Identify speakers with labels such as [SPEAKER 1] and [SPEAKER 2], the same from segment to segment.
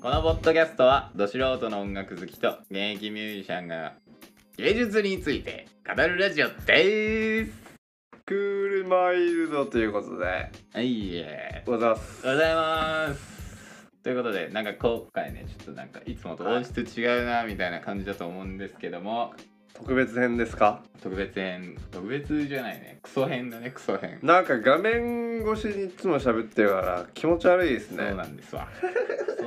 [SPEAKER 1] このポッドキャストはど素人の音楽好きと現役ミュージシャンが芸術について語るラジオです
[SPEAKER 2] クールマイルドということで
[SPEAKER 1] はいえ
[SPEAKER 2] ございま
[SPEAKER 1] お
[SPEAKER 2] す
[SPEAKER 1] はようございますということでなんか今回ねちょっとなんかいつもと音質違うなみたいな感じだと思うんですけども
[SPEAKER 2] 特別編ですか
[SPEAKER 1] 特別編特別じゃないねクソ編だねクソ編
[SPEAKER 2] なんか画面越しにいつも喋ってるから気持ち悪いです
[SPEAKER 1] そう
[SPEAKER 2] ね
[SPEAKER 1] なんです わ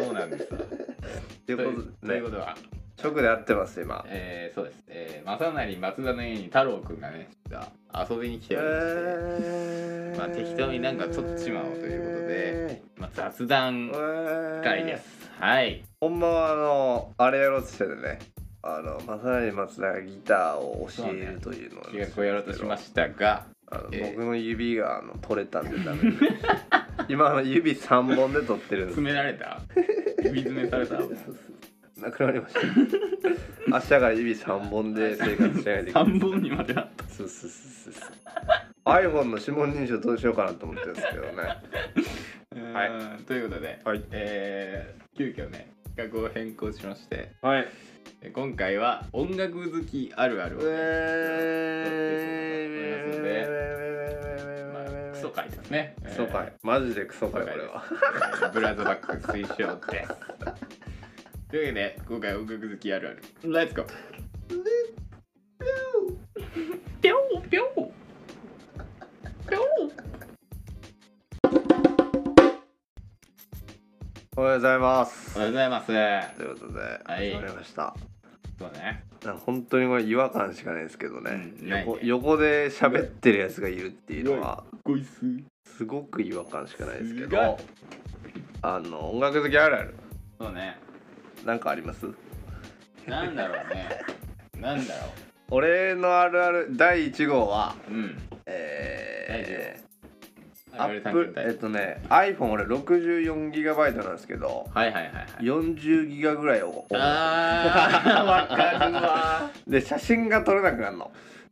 [SPEAKER 1] そうなんですわ
[SPEAKER 2] とい
[SPEAKER 1] というう
[SPEAKER 2] こ
[SPEAKER 1] と
[SPEAKER 2] と
[SPEAKER 1] い
[SPEAKER 2] で
[SPEAKER 1] う
[SPEAKER 2] ね
[SPEAKER 1] ことは
[SPEAKER 2] 直で合ってます今
[SPEAKER 1] えー、そうです、えー、正成松田の家に太郎くんがねちょっと遊びに来ておりまして、
[SPEAKER 2] え
[SPEAKER 1] まあ適当になんか撮っちまおうということでまあ、雑談会です。はい。
[SPEAKER 2] ほんまはあのあれやろうとしててねあのまさに松田がギターを教えるというのをね
[SPEAKER 1] 企画をやろうとしましたが、
[SPEAKER 2] あの、
[SPEAKER 1] えー
[SPEAKER 2] 僕の指があの取れたんでダ メです今あの指3本で取ってるんです
[SPEAKER 1] 詰められた指詰めされた
[SPEAKER 2] なくなり ました明日から指3本で生活しないといけない
[SPEAKER 1] 三本にまでなった。
[SPEAKER 2] そうそうそうそう iPhone の指紋認証どうしようかなと思ってるんですけどね
[SPEAKER 1] はいい。ということで、
[SPEAKER 2] はい
[SPEAKER 1] えー、急遽ね、企画を変更しまして、
[SPEAKER 2] はい
[SPEAKER 1] えー今回は音楽好きあるあるをね、まあ、クソ会ですね。
[SPEAKER 2] クソかいマジでクソかいこれは
[SPEAKER 1] え ーブラザーバック推奨です。というわけで、今回音楽好きあるある。レッツゴーぴょんぴょんぴょん
[SPEAKER 2] おはようございます
[SPEAKER 1] おはようございます。
[SPEAKER 2] ということで
[SPEAKER 1] い
[SPEAKER 2] 始まりました
[SPEAKER 1] そうね。
[SPEAKER 2] なんか本当にこれ違和感しかないですけどね
[SPEAKER 1] うんないね
[SPEAKER 2] 横横で喋ってるやつがいるっていうのは
[SPEAKER 1] こいつ。
[SPEAKER 2] すごく違和感しかないですけ
[SPEAKER 1] すごい
[SPEAKER 2] どあの音楽好きあるある
[SPEAKER 1] そうね。
[SPEAKER 2] なんかあります
[SPEAKER 1] なんだろうね。なんだろ
[SPEAKER 2] 俺のあるある第1号は
[SPEAKER 1] う。うん。
[SPEAKER 2] えーア
[SPEAKER 1] あれ
[SPEAKER 2] ップえっとね iPhone 俺 64GB なんですけど
[SPEAKER 1] はいはいはいはい。
[SPEAKER 2] 40ギガぐらいを
[SPEAKER 1] あー、わかるわ。
[SPEAKER 2] で写真が撮れなくなるの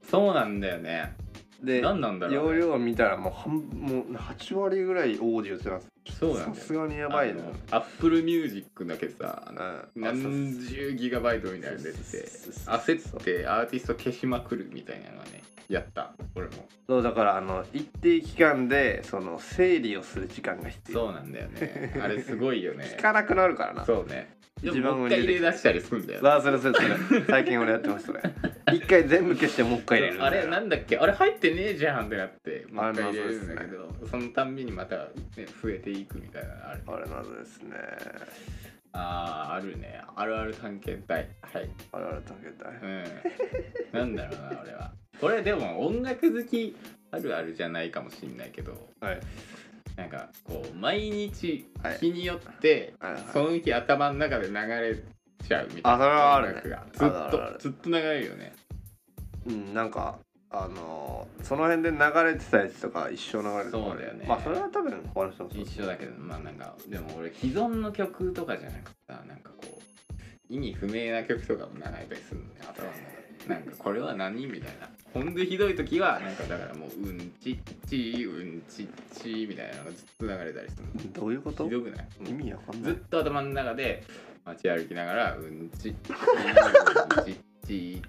[SPEAKER 1] そうなんだよね。
[SPEAKER 2] で
[SPEAKER 1] 何なんだろう
[SPEAKER 2] 容
[SPEAKER 1] ね
[SPEAKER 2] 量を見たらもう半もう8割ぐらいオーディオしてます
[SPEAKER 1] そうなん
[SPEAKER 2] さ
[SPEAKER 1] だよ
[SPEAKER 2] す。がにやばいな、
[SPEAKER 1] あのアップルミュージックだけさ、あの
[SPEAKER 2] うん、
[SPEAKER 1] 何十ギガバイトみたいなの出てて
[SPEAKER 2] そうそうそう
[SPEAKER 1] 焦ってアーティスト消しまくるみたいなのはねやった俺も
[SPEAKER 2] そうだからあの一定期間でその整理をする時間が必要
[SPEAKER 1] そうなんだよね あれすごいよね
[SPEAKER 2] 聞かなくなるからな
[SPEAKER 1] そうねで
[SPEAKER 2] 一番
[SPEAKER 1] ももう
[SPEAKER 2] 上
[SPEAKER 1] 一回入
[SPEAKER 2] に出てくる
[SPEAKER 1] れ出したりするんだよね
[SPEAKER 2] ああそれそれそれ最近俺やってます それ一回全部消してもう一回入れるんだ
[SPEAKER 1] あ
[SPEAKER 2] よ
[SPEAKER 1] れなんだっけあれ入ってねえじゃんってなってもう一回入れるんだ
[SPEAKER 2] あ
[SPEAKER 1] け
[SPEAKER 2] れ
[SPEAKER 1] どそ,、のたんびにまた、ね、増えていくみたいなのある
[SPEAKER 2] あれ謎ですね
[SPEAKER 1] あーあるねあるある探検隊はい
[SPEAKER 2] あれあれ探検隊
[SPEAKER 1] うんなんだろうな俺はこれでも音楽好きあるあるじゃないかもしんないけど
[SPEAKER 2] はい
[SPEAKER 1] なんかこう毎日
[SPEAKER 2] はい
[SPEAKER 1] 日によって、
[SPEAKER 2] はいはい
[SPEAKER 1] その日頭の中で流れちゃうみたいな
[SPEAKER 2] あそれはあるね
[SPEAKER 1] 音楽がず
[SPEAKER 2] あ
[SPEAKER 1] っ
[SPEAKER 2] るあるあ
[SPEAKER 1] と
[SPEAKER 2] る
[SPEAKER 1] ずっと流れるよね
[SPEAKER 2] うんなんかあのーその辺で流れてたやつとか一生流れてた
[SPEAKER 1] そうだよね
[SPEAKER 2] まあそれは多分他の人もそう
[SPEAKER 1] 一緒だけどまあなんかでも俺既存の曲とかじゃなくてさなんかこう意味不明な曲とかも流れたりするのね頭の中でなんかこれは何みたいなほんでひどい時はなんかだからもううんちっちうんちっちみたいなのがずっと流れたりするの
[SPEAKER 2] どういうこと
[SPEAKER 1] ひどくない
[SPEAKER 2] 意味わかんな
[SPEAKER 1] ずっ
[SPEAKER 2] い
[SPEAKER 1] と頭の中で街歩きながらうんちっちうんちっちてー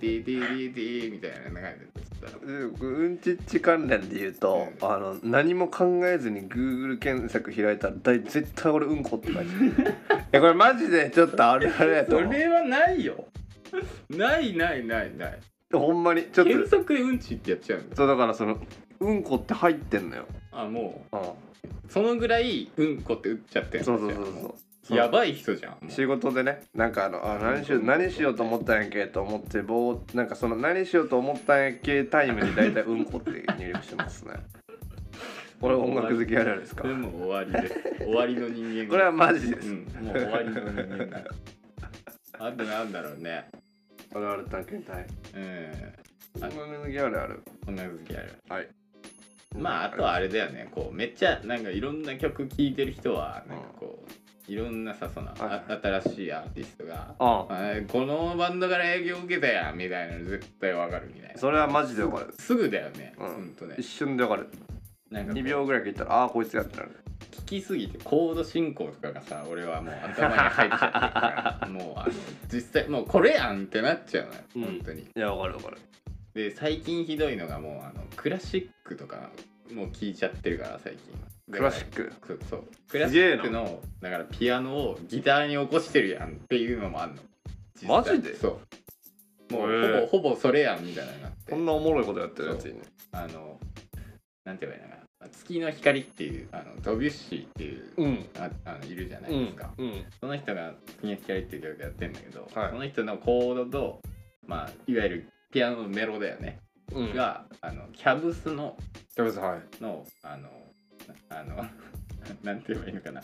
[SPEAKER 1] てーてーてーてーみたいなの流れてたら
[SPEAKER 2] うんうんちっち関連で言うと、
[SPEAKER 1] うん
[SPEAKER 2] あの何も考えずに Google 検索開いたら大絶対俺うんこって書いてるいやこれマジでちょっとあるあれやと
[SPEAKER 1] そ
[SPEAKER 2] 思う
[SPEAKER 1] れはないよないないないない
[SPEAKER 2] ほんまにちょっ
[SPEAKER 1] 検
[SPEAKER 2] と
[SPEAKER 1] 索でうんちってやっちゃうんだ
[SPEAKER 2] そうだからそのうんこって入ってんのよ、
[SPEAKER 1] あも
[SPEAKER 2] うん、
[SPEAKER 1] うそのぐらいうんこって打っちゃってんの
[SPEAKER 2] そうそうそ
[SPEAKER 1] じ
[SPEAKER 2] う
[SPEAKER 1] ゃあも
[SPEAKER 2] そう
[SPEAKER 1] やばい人じゃんもう
[SPEAKER 2] 仕事でねなんかあのあ何しよう何しようと思ったんやけと思ってぼーなんかその何しようと思ったんやけタイムに大体うんこって入力してますねこれ音楽好きあるあるですか
[SPEAKER 1] で
[SPEAKER 2] こ
[SPEAKER 1] も終わりです終わりの人間
[SPEAKER 2] れはマジで
[SPEAKER 1] う
[SPEAKER 2] す、
[SPEAKER 1] んもう終わりの人間だあとなんだろうね
[SPEAKER 2] あるある探検隊
[SPEAKER 1] うんはい
[SPEAKER 2] 音楽好きあるある
[SPEAKER 1] こんな好きある
[SPEAKER 2] はい
[SPEAKER 1] まああとはあれだよねこうめっちゃなんかいろんな曲聴いてる人はなんかこういろんなさその、あ新しいアーティストが
[SPEAKER 2] ああ
[SPEAKER 1] あーこのバンドから影響受けたやんみたいなの絶対わかるみたいな
[SPEAKER 2] それはマジでわかる
[SPEAKER 1] すぐだよね、
[SPEAKER 2] うん
[SPEAKER 1] ほんとね
[SPEAKER 2] 一瞬でわかる
[SPEAKER 1] なんかこう
[SPEAKER 2] 2秒ぐらい聞いたらああこいつやってなる
[SPEAKER 1] 聴聞きすぎてコード進行とかがさ俺はもう頭に入っちゃってるからもうあの実際もうこれやんってなっちゃうのよ
[SPEAKER 2] うん
[SPEAKER 1] 本当に、
[SPEAKER 2] いやわかるわかる
[SPEAKER 1] で最近ひどいのがもうあのクラシックとかもう聞いちゃってるから最近
[SPEAKER 2] クラシック
[SPEAKER 1] クそうクラ
[SPEAKER 2] す
[SPEAKER 1] シ
[SPEAKER 2] げえ
[SPEAKER 1] ッ
[SPEAKER 2] な
[SPEAKER 1] クのだからピアノをギターに起こしてるやんっていうのもあんの実際
[SPEAKER 2] マジで
[SPEAKER 1] そうもう
[SPEAKER 2] へえ
[SPEAKER 1] ほぼほぼそれやんみたいなのがあって
[SPEAKER 2] こんなおもろいことやってるやついいね
[SPEAKER 1] あのなんて言えばいいのかな「月の光」っていうあのドビュッシーっていう、
[SPEAKER 2] うん
[SPEAKER 1] ああのいるじゃな
[SPEAKER 2] う
[SPEAKER 1] いで
[SPEAKER 2] ん
[SPEAKER 1] すか、
[SPEAKER 2] うん
[SPEAKER 1] その人が「月の光」っていう曲やってんだけど、
[SPEAKER 2] はい
[SPEAKER 1] その人のコードと、まあ、いわゆるピアノのメロだよね、
[SPEAKER 2] うん
[SPEAKER 1] があのキャブスの
[SPEAKER 2] キャベツはい
[SPEAKER 1] のあのあの なんて言えばいいのかな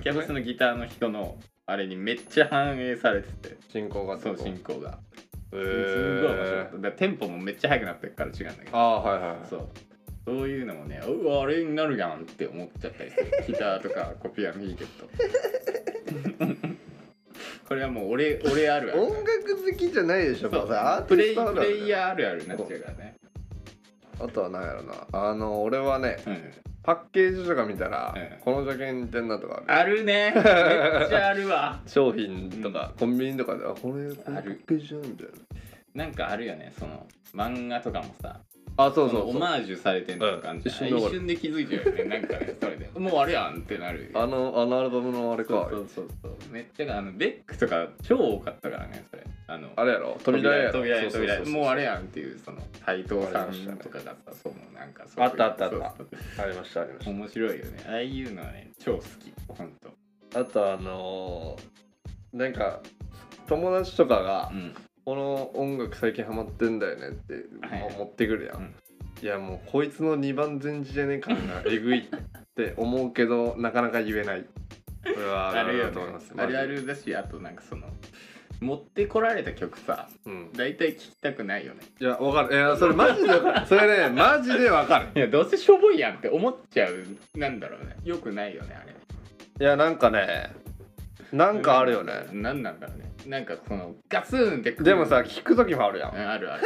[SPEAKER 1] キャブスのギターの人のあれにめっちゃ反映されてて
[SPEAKER 2] 進行がって
[SPEAKER 1] そ
[SPEAKER 2] こ
[SPEAKER 1] う
[SPEAKER 2] と
[SPEAKER 1] 進行が
[SPEAKER 2] へ
[SPEAKER 1] すんごい面白かっ
[SPEAKER 2] ー
[SPEAKER 1] ただからテンポもめっちゃ速くなってるから違うんだけど
[SPEAKER 2] ああはいはいはい
[SPEAKER 1] そうそういうのもねうわあれになるやんって思っちゃったりする ギターとかコピアの弾いてると これはもう俺俺あるある
[SPEAKER 2] 音楽好きじゃないでしょ
[SPEAKER 1] そ
[SPEAKER 2] ま
[SPEAKER 1] う
[SPEAKER 2] だアーテ
[SPEAKER 1] プ
[SPEAKER 2] ィ
[SPEAKER 1] レ
[SPEAKER 2] ス
[SPEAKER 1] イ
[SPEAKER 2] トあ
[SPEAKER 1] プ
[SPEAKER 2] るあるだよ
[SPEAKER 1] レイヤーあるあるになっちゃうからね
[SPEAKER 2] あとは何やろなあの俺はね
[SPEAKER 1] うん
[SPEAKER 2] パッケージとか見たら、
[SPEAKER 1] うん
[SPEAKER 2] このジャケに似てんなとかある
[SPEAKER 1] ある ねめっちゃあるわ
[SPEAKER 2] 商品とか、コンビニとかであこれこのパ
[SPEAKER 1] ある
[SPEAKER 2] ッケージじゃんみたいな
[SPEAKER 1] なんかあるよねその漫画とかもさ
[SPEAKER 2] あ
[SPEAKER 1] そ
[SPEAKER 2] そ
[SPEAKER 1] う
[SPEAKER 2] そう
[SPEAKER 1] のオ
[SPEAKER 2] そう
[SPEAKER 1] マージュされてんのとかあんじゃん
[SPEAKER 2] うん
[SPEAKER 1] 一瞬で気づいちゃうよねなんかねそれでもうあれやんってなる
[SPEAKER 2] あのあのアルバムのあれか
[SPEAKER 1] そうそうそうそうめっちゃあのベックとか超多かったからねそれあの
[SPEAKER 2] あれやろ扉やろ
[SPEAKER 1] 扉や
[SPEAKER 2] そうそう
[SPEAKER 1] 扉
[SPEAKER 2] そ
[SPEAKER 1] や
[SPEAKER 2] そ
[SPEAKER 1] もうあれやんっていうその斎藤さんとかだったそうもうなんかそういう
[SPEAKER 2] あったあったあった
[SPEAKER 1] そうそう
[SPEAKER 2] ありましたありまし
[SPEAKER 1] 面白いよねああいうのはね超好きほんと
[SPEAKER 2] たあとあのーなんか友達とかが、
[SPEAKER 1] うん
[SPEAKER 2] この音楽最近ハマってんだよねって、
[SPEAKER 1] はいはい
[SPEAKER 2] 持ってくるやん、
[SPEAKER 1] うん
[SPEAKER 2] いやもうこいつの2番前置じゃねえかなえぐいって思うけどなかなか言えないこれは
[SPEAKER 1] あるよ
[SPEAKER 2] だ
[SPEAKER 1] ね
[SPEAKER 2] と思います
[SPEAKER 1] あ
[SPEAKER 2] マジで
[SPEAKER 1] るあるだしあとなんかその持ってこられた曲さ
[SPEAKER 2] うん
[SPEAKER 1] 大体聴きたくないよね
[SPEAKER 2] いやわかるいやそれマジでわかるそれねマジでわかる
[SPEAKER 1] いやどうせしょぼいやんって思っちゃうなんだろうねよくないよねあれ
[SPEAKER 2] いやなんかねなんかあるよね
[SPEAKER 1] なんなんだろうねなんかこのガツンってくる
[SPEAKER 2] でもさ聞く時もあるや
[SPEAKER 1] うん
[SPEAKER 2] ん
[SPEAKER 1] あ るある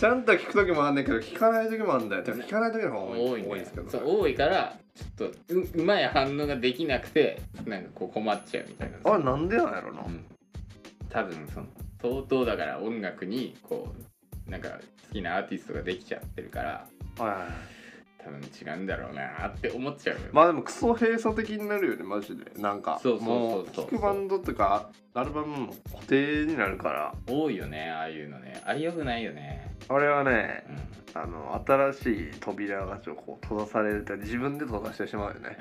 [SPEAKER 2] ちゃんと聞く時もあんねんけど聞かない時もあんだよでも聞かない時の方が多
[SPEAKER 1] 多
[SPEAKER 2] い
[SPEAKER 1] い,、
[SPEAKER 2] 多いん
[SPEAKER 1] ね
[SPEAKER 2] ですけ、ど
[SPEAKER 1] そう多いからちょっとううまい反応ができなくてなんかこう困っちゃうみたいな
[SPEAKER 2] あれなんでなんやろな
[SPEAKER 1] うん多分その相当だから音楽にこうなんか好きなアーティストができちゃってるから
[SPEAKER 2] はいはいはい
[SPEAKER 1] 多分違うんだろうなって思っちゃうよね
[SPEAKER 2] まあでもクソ閉鎖的になるよねマジでなんか
[SPEAKER 1] そうそうそう
[SPEAKER 2] もう
[SPEAKER 1] そう
[SPEAKER 2] 聞くバンドとかアルバムも固定になるから
[SPEAKER 1] 多いよねああいうのねあれよくないよね
[SPEAKER 2] あれはね
[SPEAKER 1] うん、
[SPEAKER 2] あの新しい扉がちょっとこう閉ざされて自分で閉ざしてしまうよね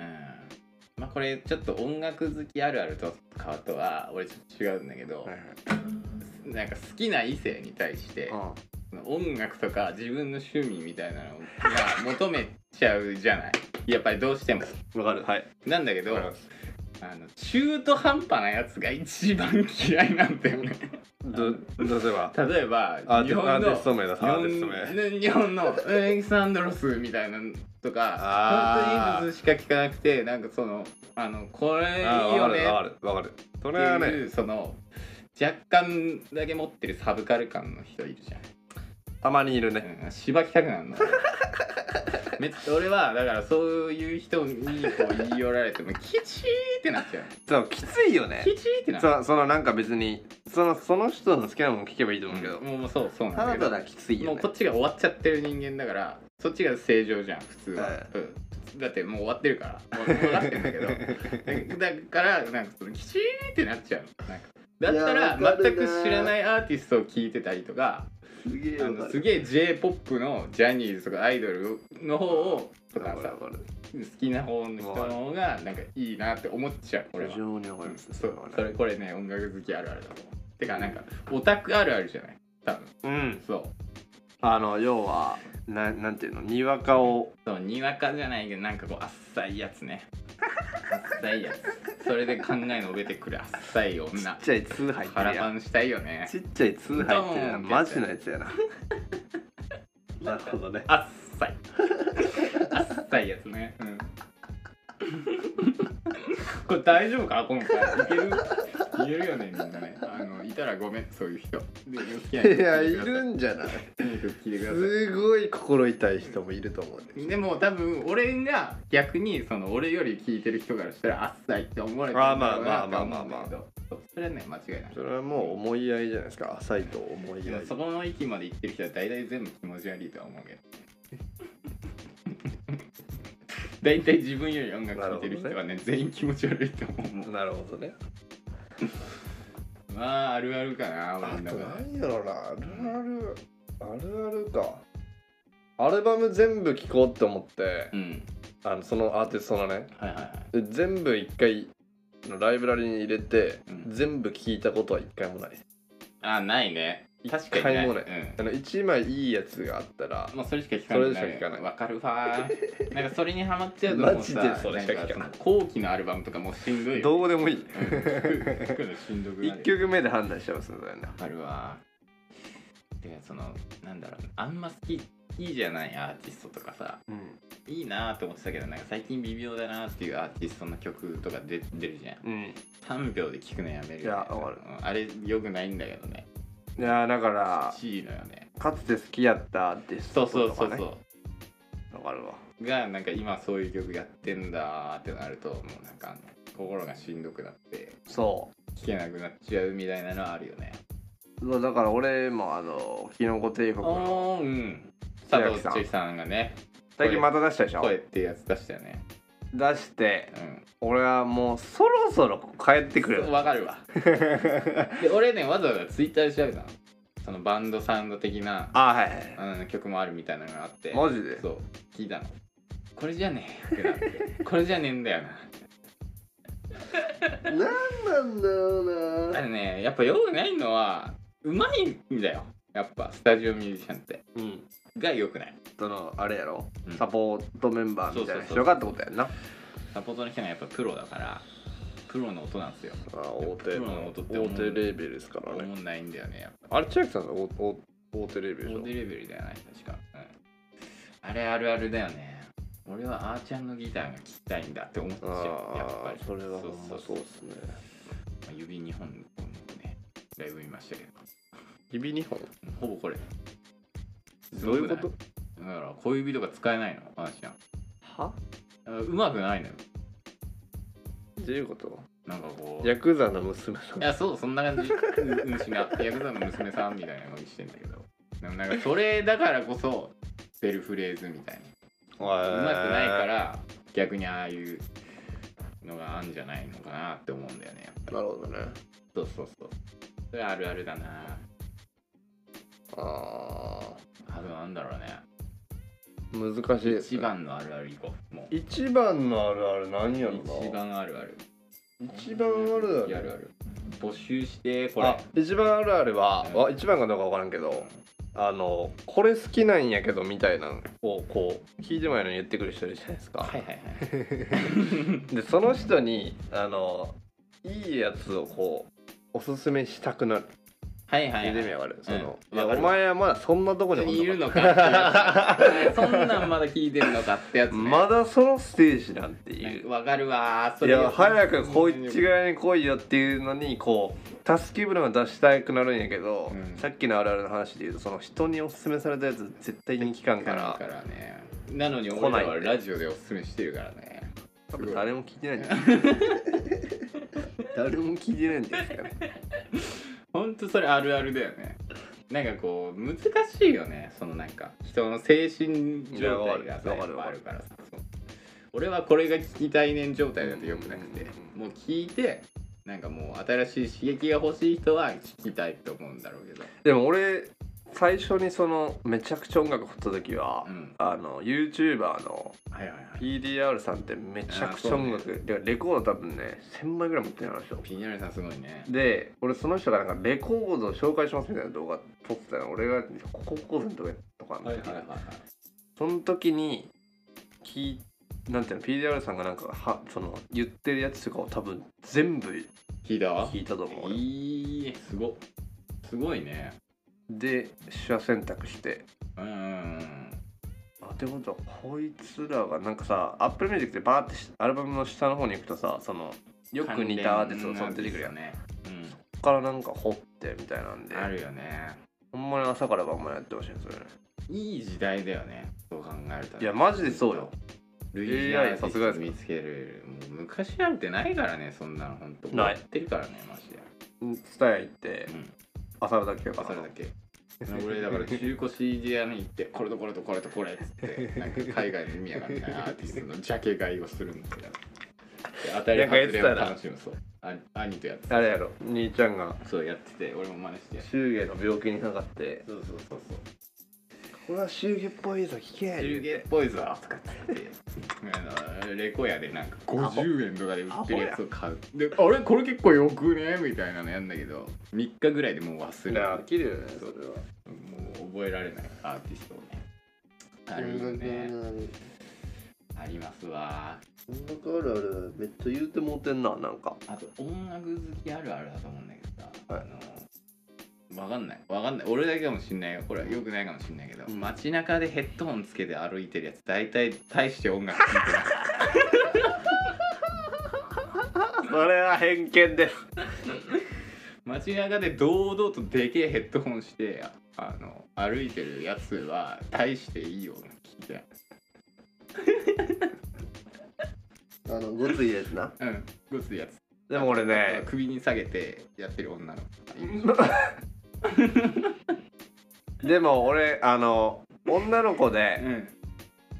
[SPEAKER 1] うん、まあこれちょっと音楽好きあるあるとかとは俺ちょっと違うんだけど、
[SPEAKER 2] はいはい
[SPEAKER 1] なんか好きな異性に対して
[SPEAKER 2] うん
[SPEAKER 1] 音楽とか自分の趣味みたいなのをが求めちゃうじゃないやっぱりどうしても
[SPEAKER 2] わかるはい
[SPEAKER 1] なんだけど
[SPEAKER 2] わかります
[SPEAKER 1] あの中途半端なやつが一番嫌いなんだよ ね
[SPEAKER 2] ど例えば
[SPEAKER 1] 例えば
[SPEAKER 2] アーテ
[SPEAKER 1] 日
[SPEAKER 2] ィ
[SPEAKER 1] 本
[SPEAKER 2] アーティ
[SPEAKER 1] の
[SPEAKER 2] スト名だア
[SPEAKER 1] 日
[SPEAKER 2] ーティスト名
[SPEAKER 1] 本日本のエレキサンドロスみたいなのと
[SPEAKER 2] あー
[SPEAKER 1] か本当にいいしか聞かなくてなんかそのあのこれいい
[SPEAKER 2] あー
[SPEAKER 1] よ
[SPEAKER 2] わか
[SPEAKER 1] ね
[SPEAKER 2] る
[SPEAKER 1] っ
[SPEAKER 2] わかるわかるそ
[SPEAKER 1] て
[SPEAKER 2] れはね
[SPEAKER 1] いうその若干だけ持ってるサブカル感の人いるじ
[SPEAKER 2] たまにいる
[SPEAKER 1] ゃ
[SPEAKER 2] ね
[SPEAKER 1] ん、うん、しばきたくなるの めっ俺はだからそういう人にこう言い寄られてもキチーってなっちゃう
[SPEAKER 2] そうきついよね
[SPEAKER 1] キチーってなっちゃう
[SPEAKER 2] そうそのなんか別にそのその人の好きなもの聞けばいいと思うけど、
[SPEAKER 1] もうもうそうそうなん
[SPEAKER 2] た
[SPEAKER 1] だ
[SPEAKER 2] だ
[SPEAKER 1] けど
[SPEAKER 2] ただきつい
[SPEAKER 1] も
[SPEAKER 2] よ
[SPEAKER 1] う
[SPEAKER 2] ね
[SPEAKER 1] こっちが終わっちゃってる人間だからそっちが正常じゃん普通は、
[SPEAKER 2] え
[SPEAKER 1] うん、だってもう終わってるからもう終わってるんだ けどだからなんかそのキチーってなっちゃうのなんかだった
[SPEAKER 2] いや
[SPEAKER 1] ら
[SPEAKER 2] わかる
[SPEAKER 1] 全
[SPEAKER 2] な
[SPEAKER 1] く知らないアーティストを聴いてたりとか
[SPEAKER 2] すげ
[SPEAKER 1] あのすげえ j p o p のジャニーズとかアイドルの方をとかさ好きな方の人の方がなんかいいなって思っちゃう俺
[SPEAKER 2] 非
[SPEAKER 1] は。
[SPEAKER 2] 常にわかりますね
[SPEAKER 1] そう
[SPEAKER 2] はね
[SPEAKER 1] それこれね音楽好きあるあるだと思うてかなんかオタクあるあるじゃない多分
[SPEAKER 2] うん
[SPEAKER 1] そう
[SPEAKER 2] あの要はななんていうのにわかを
[SPEAKER 1] そうにわかじゃないけどなんかこうあっさいやつねあっさいやつそれで考え述べてくるあっさい
[SPEAKER 2] ち
[SPEAKER 1] 女
[SPEAKER 2] っちゃい通入って
[SPEAKER 1] 腹
[SPEAKER 2] るや
[SPEAKER 1] パ
[SPEAKER 2] ん
[SPEAKER 1] ンしたいよね
[SPEAKER 2] ちっちゃい通入ってるやん
[SPEAKER 1] ドーン
[SPEAKER 2] マジのやつやな なるほどね
[SPEAKER 1] あっさいあっさいやつね うんこれ大丈夫か今回いける言えるよねみんなねあのいたらごめんそういう人で好き
[SPEAKER 2] い
[SPEAKER 1] な人
[SPEAKER 2] やいる
[SPEAKER 1] ん
[SPEAKER 2] んじゃない
[SPEAKER 1] 聞いてください
[SPEAKER 2] すごい心痛い人もいると思うね
[SPEAKER 1] でも多分俺が逆にその俺より聞いてる人からしたらあっさいって思われてるんだろうなって思うんだけどそうそれはね間違いない
[SPEAKER 2] それはもう思い合いじゃないですか浅いと思い
[SPEAKER 1] で
[SPEAKER 2] 合い
[SPEAKER 1] もそこの域まで行ってる人は大体全部気持ち悪いとは思うけど大体自分より音楽聴いてる人はね全員気持ち悪いと思
[SPEAKER 2] なるほどね
[SPEAKER 1] うまああるあるかな
[SPEAKER 2] あ
[SPEAKER 1] 俺の中
[SPEAKER 2] と
[SPEAKER 1] で
[SPEAKER 2] 何やろなあるあるあるあるかアルバム全部聴こうって思って
[SPEAKER 1] うん
[SPEAKER 2] あのそのアーティストのね
[SPEAKER 1] はいはいはい
[SPEAKER 2] で全部一回のライブラリに入れて、
[SPEAKER 1] うん
[SPEAKER 2] 全部聞いたことは一回もない
[SPEAKER 1] あないね確かに
[SPEAKER 2] 一回もない、
[SPEAKER 1] うん
[SPEAKER 2] あの一枚いいやつがあったら
[SPEAKER 1] もうそれしか聞かない。
[SPEAKER 2] それしか聞かない
[SPEAKER 1] わかるわー。なんかそれにハマっちゃうともうさ、
[SPEAKER 2] マジでそれしか聞かない
[SPEAKER 1] んその後期のアルバムとかもうしんどいよ。
[SPEAKER 2] どうでもい い
[SPEAKER 1] うん聞くのしんどくな
[SPEAKER 2] 1
[SPEAKER 1] る。
[SPEAKER 2] 曲目で判断しちゃいますんだよね
[SPEAKER 1] わかるわー。てかそのなんだろうあんま好き好きじゃないアーティストとかさ
[SPEAKER 2] うん
[SPEAKER 1] いいなーって思ってたけどなんか最近微妙だなーっていうアーティストの曲とか出出るじゃん
[SPEAKER 2] うん
[SPEAKER 1] 3秒で聴くのやめるよ、ね、
[SPEAKER 2] いやわかる
[SPEAKER 1] うんあれよくないんだけどね
[SPEAKER 2] いやーだから
[SPEAKER 1] 1位のよね
[SPEAKER 2] かつて好きやったアーティス
[SPEAKER 1] そ
[SPEAKER 2] ト
[SPEAKER 1] うそう
[SPEAKER 2] と
[SPEAKER 1] そ
[SPEAKER 2] か
[SPEAKER 1] うそう
[SPEAKER 2] ねわかるわ
[SPEAKER 1] がなんか今そういう曲やってんだーってなるともうなんか心がしんどくなって
[SPEAKER 2] そ
[SPEAKER 1] 聴けなくなっちゃうみたいなのはあるよね。
[SPEAKER 2] うだから俺もあのキノコ帝国
[SPEAKER 1] ー
[SPEAKER 2] の
[SPEAKER 1] うん。
[SPEAKER 2] 千
[SPEAKER 1] 佐
[SPEAKER 2] 秋
[SPEAKER 1] 藤
[SPEAKER 2] さん
[SPEAKER 1] 千秋さんがね
[SPEAKER 2] 最近また出したでしょ
[SPEAKER 1] 声ってやつ出したよね。
[SPEAKER 2] 出して
[SPEAKER 1] うん。
[SPEAKER 2] 俺はもうそろそろ帰ってくれ
[SPEAKER 1] そうわかるわ。で俺ねわざわざツイッターで調べたの。そのバンドサウンド的な、
[SPEAKER 2] あはいはい
[SPEAKER 1] うん、曲もあるみたいなのがあって。
[SPEAKER 2] マジで
[SPEAKER 1] そう聞いたの。これじゃねえってなって。これじゃねえんだよな。
[SPEAKER 2] なんなんだろう
[SPEAKER 1] あれねやっぱよくないのはうまいんだよ。やっぱスタジオミュージシャンって。
[SPEAKER 2] うん
[SPEAKER 1] が良くない
[SPEAKER 2] そのあれやろ、
[SPEAKER 1] うん
[SPEAKER 2] サポートメンバーみたいな人がってことやんな
[SPEAKER 1] サポートの人がやっぱプロだからプロの音なんですよ
[SPEAKER 2] あ大手
[SPEAKER 1] プロの音って
[SPEAKER 2] 大手レーベルですから
[SPEAKER 1] 思
[SPEAKER 2] ね
[SPEAKER 1] んないんだよねやっぱ
[SPEAKER 2] あれ千秋さんの大大大手レーベ
[SPEAKER 1] オー
[SPEAKER 2] ル
[SPEAKER 1] デ
[SPEAKER 2] でし
[SPEAKER 1] ィレベルではない確か、うん、あれあるあるだよね俺はあーちゃんのギターが聴きたいんだって思っちゃ
[SPEAKER 2] ょ
[SPEAKER 1] うやっぱ
[SPEAKER 2] あ
[SPEAKER 1] り
[SPEAKER 2] あそれはほんまそ
[SPEAKER 1] ま
[SPEAKER 2] うっすね
[SPEAKER 1] あ指2本のねライブ見ましたけど
[SPEAKER 2] 指2本
[SPEAKER 1] うんほぼこれ
[SPEAKER 2] どういうこと
[SPEAKER 1] すごくないだから小指とか使えないのあーちゃん
[SPEAKER 2] は
[SPEAKER 1] あうまくないのよ
[SPEAKER 2] どういうこと
[SPEAKER 1] なんかこう
[SPEAKER 2] ヤクザの娘さ
[SPEAKER 1] い
[SPEAKER 2] ん
[SPEAKER 1] やそうそんな感じうん うんしなヤクザの娘さんみたいな感じしてんだけどでもなんかそれだからこそセルフレーズみたいなうまくないから逆にああいうのがあんじゃないのかなって思うんだよねやっぱり
[SPEAKER 2] なるほどね
[SPEAKER 1] そうそうそうそれあるあるだな
[SPEAKER 2] あ
[SPEAKER 1] 多分あんだろうね
[SPEAKER 2] ー難しいです
[SPEAKER 1] 一
[SPEAKER 2] ね
[SPEAKER 1] 番のあるあるいこうもう
[SPEAKER 2] 一番のあるある何やろな
[SPEAKER 1] 一番あるある
[SPEAKER 2] 一番あるある
[SPEAKER 1] あるある募集してこれ
[SPEAKER 2] あ一番あるあるは、
[SPEAKER 1] うん
[SPEAKER 2] あ一番かどうか分からんけどあのこれ好きなんやけどみたいなのをこう聞いてもないのに言ってくる人いるじゃないですか、
[SPEAKER 1] はいはいはい
[SPEAKER 2] でその人にあのいいやつをこうおすすめしたくなる
[SPEAKER 1] はいはい
[SPEAKER 2] 見て
[SPEAKER 1] はい
[SPEAKER 2] み上がるその、
[SPEAKER 1] うん
[SPEAKER 2] い
[SPEAKER 1] わか
[SPEAKER 2] やお
[SPEAKER 1] る
[SPEAKER 2] 前はまだそんなとこに
[SPEAKER 1] にいる
[SPEAKER 2] の
[SPEAKER 1] のかって やつそんなんまだ聞いてんのかってやつ、ね、
[SPEAKER 2] まだそのステージなんていう
[SPEAKER 1] わかるわーそ
[SPEAKER 2] い
[SPEAKER 1] れ
[SPEAKER 2] や早くこっち側に来いよっていうのにこう助け舟を出したくなるんやけど、
[SPEAKER 1] うん
[SPEAKER 2] さっきのあるあるの話で言うとその人におすすめされたやつ絶対に聞かんか
[SPEAKER 1] から
[SPEAKER 2] ら
[SPEAKER 1] からねなのに
[SPEAKER 2] 来
[SPEAKER 1] 俺
[SPEAKER 2] ない
[SPEAKER 1] らはラジオでおすすめしてるからねすご
[SPEAKER 2] 多分
[SPEAKER 1] い
[SPEAKER 2] 誰も聞いてないんじゃない 誰も聞いてないんじゃないですかね
[SPEAKER 1] ほんとそれあるあるだよねなんかこう難しいよねそのなんか人の精神状態がさ
[SPEAKER 2] いや
[SPEAKER 1] や
[SPEAKER 2] わか
[SPEAKER 1] っ
[SPEAKER 2] る
[SPEAKER 1] ぱあるからさそう俺はこれが聞きたいねん状態だとよくなくて
[SPEAKER 2] うん
[SPEAKER 1] もう聞いてなんかもう新しい刺激が欲しい人は聞きたいと思うんだろうけど
[SPEAKER 2] でも俺最初にそのめちゃくちゃ音楽振った時は、
[SPEAKER 1] うん
[SPEAKER 2] あの YouTuber の
[SPEAKER 1] はいはいはい
[SPEAKER 2] PDR さんってめちゃくちゃ音楽、でレコード多分ね1000枚ぐらい持ってるのあの人
[SPEAKER 1] ピニャルさんすごいね
[SPEAKER 2] で俺その人がなんかレコードを紹介しますみたいな動画撮ってたの俺が高校生の時とかの時、その時に聞いなんていうの PDR さんがなんかはその言ってるやつとかを多分全部
[SPEAKER 1] 聞いたわ
[SPEAKER 2] 聞いたと思う俺
[SPEAKER 1] いいすごすごいね
[SPEAKER 2] で手話選択して
[SPEAKER 1] うんうんうん
[SPEAKER 2] あってことはこいつらがなんかさ Apple Music でバーってしアルバムの下の方に行くとさそのよく似たアーティストがそう出てくるよね
[SPEAKER 1] ね、うん
[SPEAKER 2] っからなんか掘ってみたいなんで
[SPEAKER 1] あるよね
[SPEAKER 2] ほんまに朝から晩までやってましたねそれね
[SPEAKER 1] いい時代だよねそう考えるとね
[SPEAKER 2] いやマジでそうよ
[SPEAKER 1] 類似アー
[SPEAKER 2] AI
[SPEAKER 1] ティ
[SPEAKER 2] さ
[SPEAKER 1] スト
[SPEAKER 2] すがです
[SPEAKER 1] 見つけるもう昔なんてないからねそんなの本当
[SPEAKER 2] ない
[SPEAKER 1] やってるからねマジで
[SPEAKER 2] スタヤ行って
[SPEAKER 1] うん
[SPEAKER 2] 朝だけか
[SPEAKER 1] 朝だけ俺だから中古 CD 屋に行ってこれとこれとこれとこれっつ ってなんか海外の意味やがみたいなアーティストのジャケ買いをするんだけどで当たり外れを楽しむそうあ兄とやってた
[SPEAKER 2] あれやろ兄ちゃんが
[SPEAKER 1] そうやってて俺も真似してやって
[SPEAKER 2] 祝儀の病気にかかって
[SPEAKER 1] そうそうそうそう
[SPEAKER 2] これは祝儀っぽいぞ聞け
[SPEAKER 1] 中継っぽいぞとかってあのレコヤでなんか50円とかで売ってるやつを買うであれこれ結構よくねみたいなのやんだけど3日ぐらいでもう忘れ
[SPEAKER 2] い
[SPEAKER 1] る
[SPEAKER 2] や
[SPEAKER 1] も
[SPEAKER 2] 飽きるよねそれは
[SPEAKER 1] う覚えられないアーティストをねあるよねありますわ
[SPEAKER 2] そんなかあるあるめっちゃ言うてもうてんななんか
[SPEAKER 1] あと音楽好きあるあるだと思うんだけどさ、
[SPEAKER 2] はい
[SPEAKER 1] あのわかんないわかんない俺だけかもしんないよこれはよくないかもしんないけど、
[SPEAKER 2] うん
[SPEAKER 1] 街中でヘッドホンつけて歩いてるやつ大体大して音楽聴いてない
[SPEAKER 2] それは偏見です
[SPEAKER 1] 街中で堂々とでけえヘッドホンしてあの歩いてるやつは大していい音聞いて
[SPEAKER 2] あのごついやつな
[SPEAKER 1] ないうんごついやつ
[SPEAKER 2] でも俺ね
[SPEAKER 1] 首に下げてやってる女の子いる
[SPEAKER 2] でも俺あの女の子
[SPEAKER 1] う
[SPEAKER 2] で
[SPEAKER 1] ん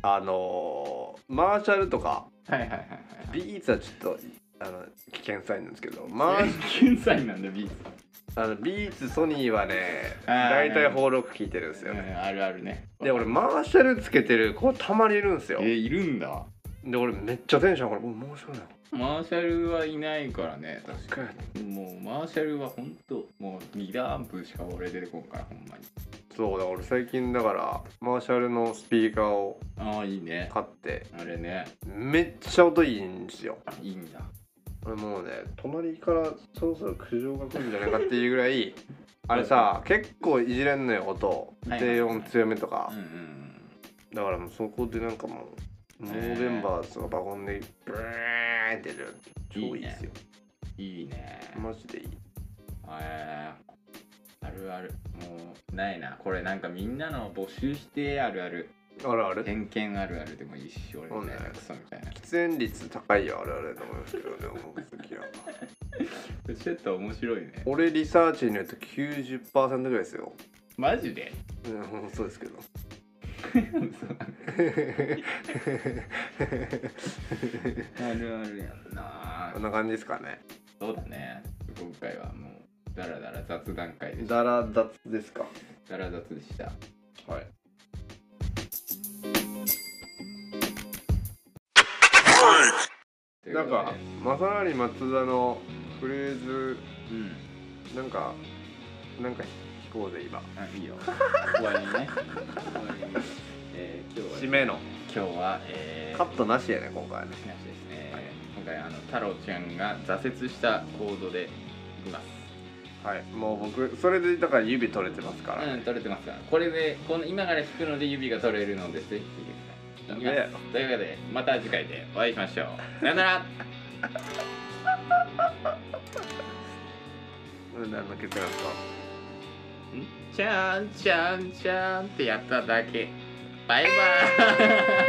[SPEAKER 2] あのマーシャルとか
[SPEAKER 1] はいはいはいはい
[SPEAKER 2] ビーツはちょっとあの危険サインなんですけどマーシ
[SPEAKER 1] 19歳なんだビーツ
[SPEAKER 2] あのビーツソニーはね
[SPEAKER 1] あー
[SPEAKER 2] 大体放録聞いてるんですよね
[SPEAKER 1] うんあるあるね
[SPEAKER 2] で俺マーシャルつけてる子たまにいるんです
[SPEAKER 1] え
[SPEAKER 2] よ
[SPEAKER 1] ーいるんだ
[SPEAKER 2] で俺めっちゃテンション上がるもう面白いな
[SPEAKER 1] マーシャルはいないからね確
[SPEAKER 2] 一回やって
[SPEAKER 1] かにもうマーシャルはほんともうギターアンプしか俺出てこんからほんまに
[SPEAKER 2] そうだ俺最近だからマーシャルのスピーカーを
[SPEAKER 1] ああいいね
[SPEAKER 2] 買って
[SPEAKER 1] あれね
[SPEAKER 2] めっちゃ音いいんですよ
[SPEAKER 1] いいんだ
[SPEAKER 2] 俺もうね隣からそろそろ苦情が来るんじゃないかっていうぐらいあれさ結構いじれんのよ音
[SPEAKER 1] はい
[SPEAKER 2] 低音強めとか
[SPEAKER 1] うんうんうん
[SPEAKER 2] だからもうそこでなんかもうノーベンバーズがバコンでブーンって出る超いいですよ
[SPEAKER 1] いいね。
[SPEAKER 2] マジでいい
[SPEAKER 1] えーあるある。もう、ないな。これなんかみんなの募集してあるある。
[SPEAKER 2] あるある
[SPEAKER 1] 偏見あるあるでもいいし、俺みたい
[SPEAKER 2] そ
[SPEAKER 1] な
[SPEAKER 2] うね
[SPEAKER 1] クソみたいな。
[SPEAKER 2] 喫煙率高いよあるあると思いますけどね音楽好きは
[SPEAKER 1] ちょっと面白いね。
[SPEAKER 2] 俺リサーチによると90%ぐらいですよ
[SPEAKER 1] マジ で
[SPEAKER 2] うんそう ですけど
[SPEAKER 1] 嘘あるあるやんな
[SPEAKER 2] こん。な感じですかね
[SPEAKER 1] そうだね。今回はもう、だらだら雑談会でした。
[SPEAKER 2] ダラダツですか
[SPEAKER 1] だら雑でした。
[SPEAKER 2] はい
[SPEAKER 1] という
[SPEAKER 2] な
[SPEAKER 1] こと
[SPEAKER 2] ん
[SPEAKER 1] で
[SPEAKER 2] か、マサラリ松田のフレーズ、
[SPEAKER 1] うん。
[SPEAKER 2] なんか、なんか聞こうぜ、今。
[SPEAKER 1] あ、いいよ。終わりにね。終わりに。えー、今日は、
[SPEAKER 2] 締めの。
[SPEAKER 1] 今日は、えー
[SPEAKER 2] カットなしやね、今回はね。
[SPEAKER 1] 話ですね、今回あの太郎ちゃんが挫折したコードでいます
[SPEAKER 2] はい、もう僕、それで、だから指取れてますから。
[SPEAKER 1] うん取れてますからこれでこの今から弾くので指が取れるのでぜひ聴いてください
[SPEAKER 2] ね
[SPEAKER 1] ということでまた次回でお会いしましょうさよな ら
[SPEAKER 2] うん、何の曲なんですか。
[SPEAKER 1] んちゃんちゃんちゃんってやっただけバイバーイ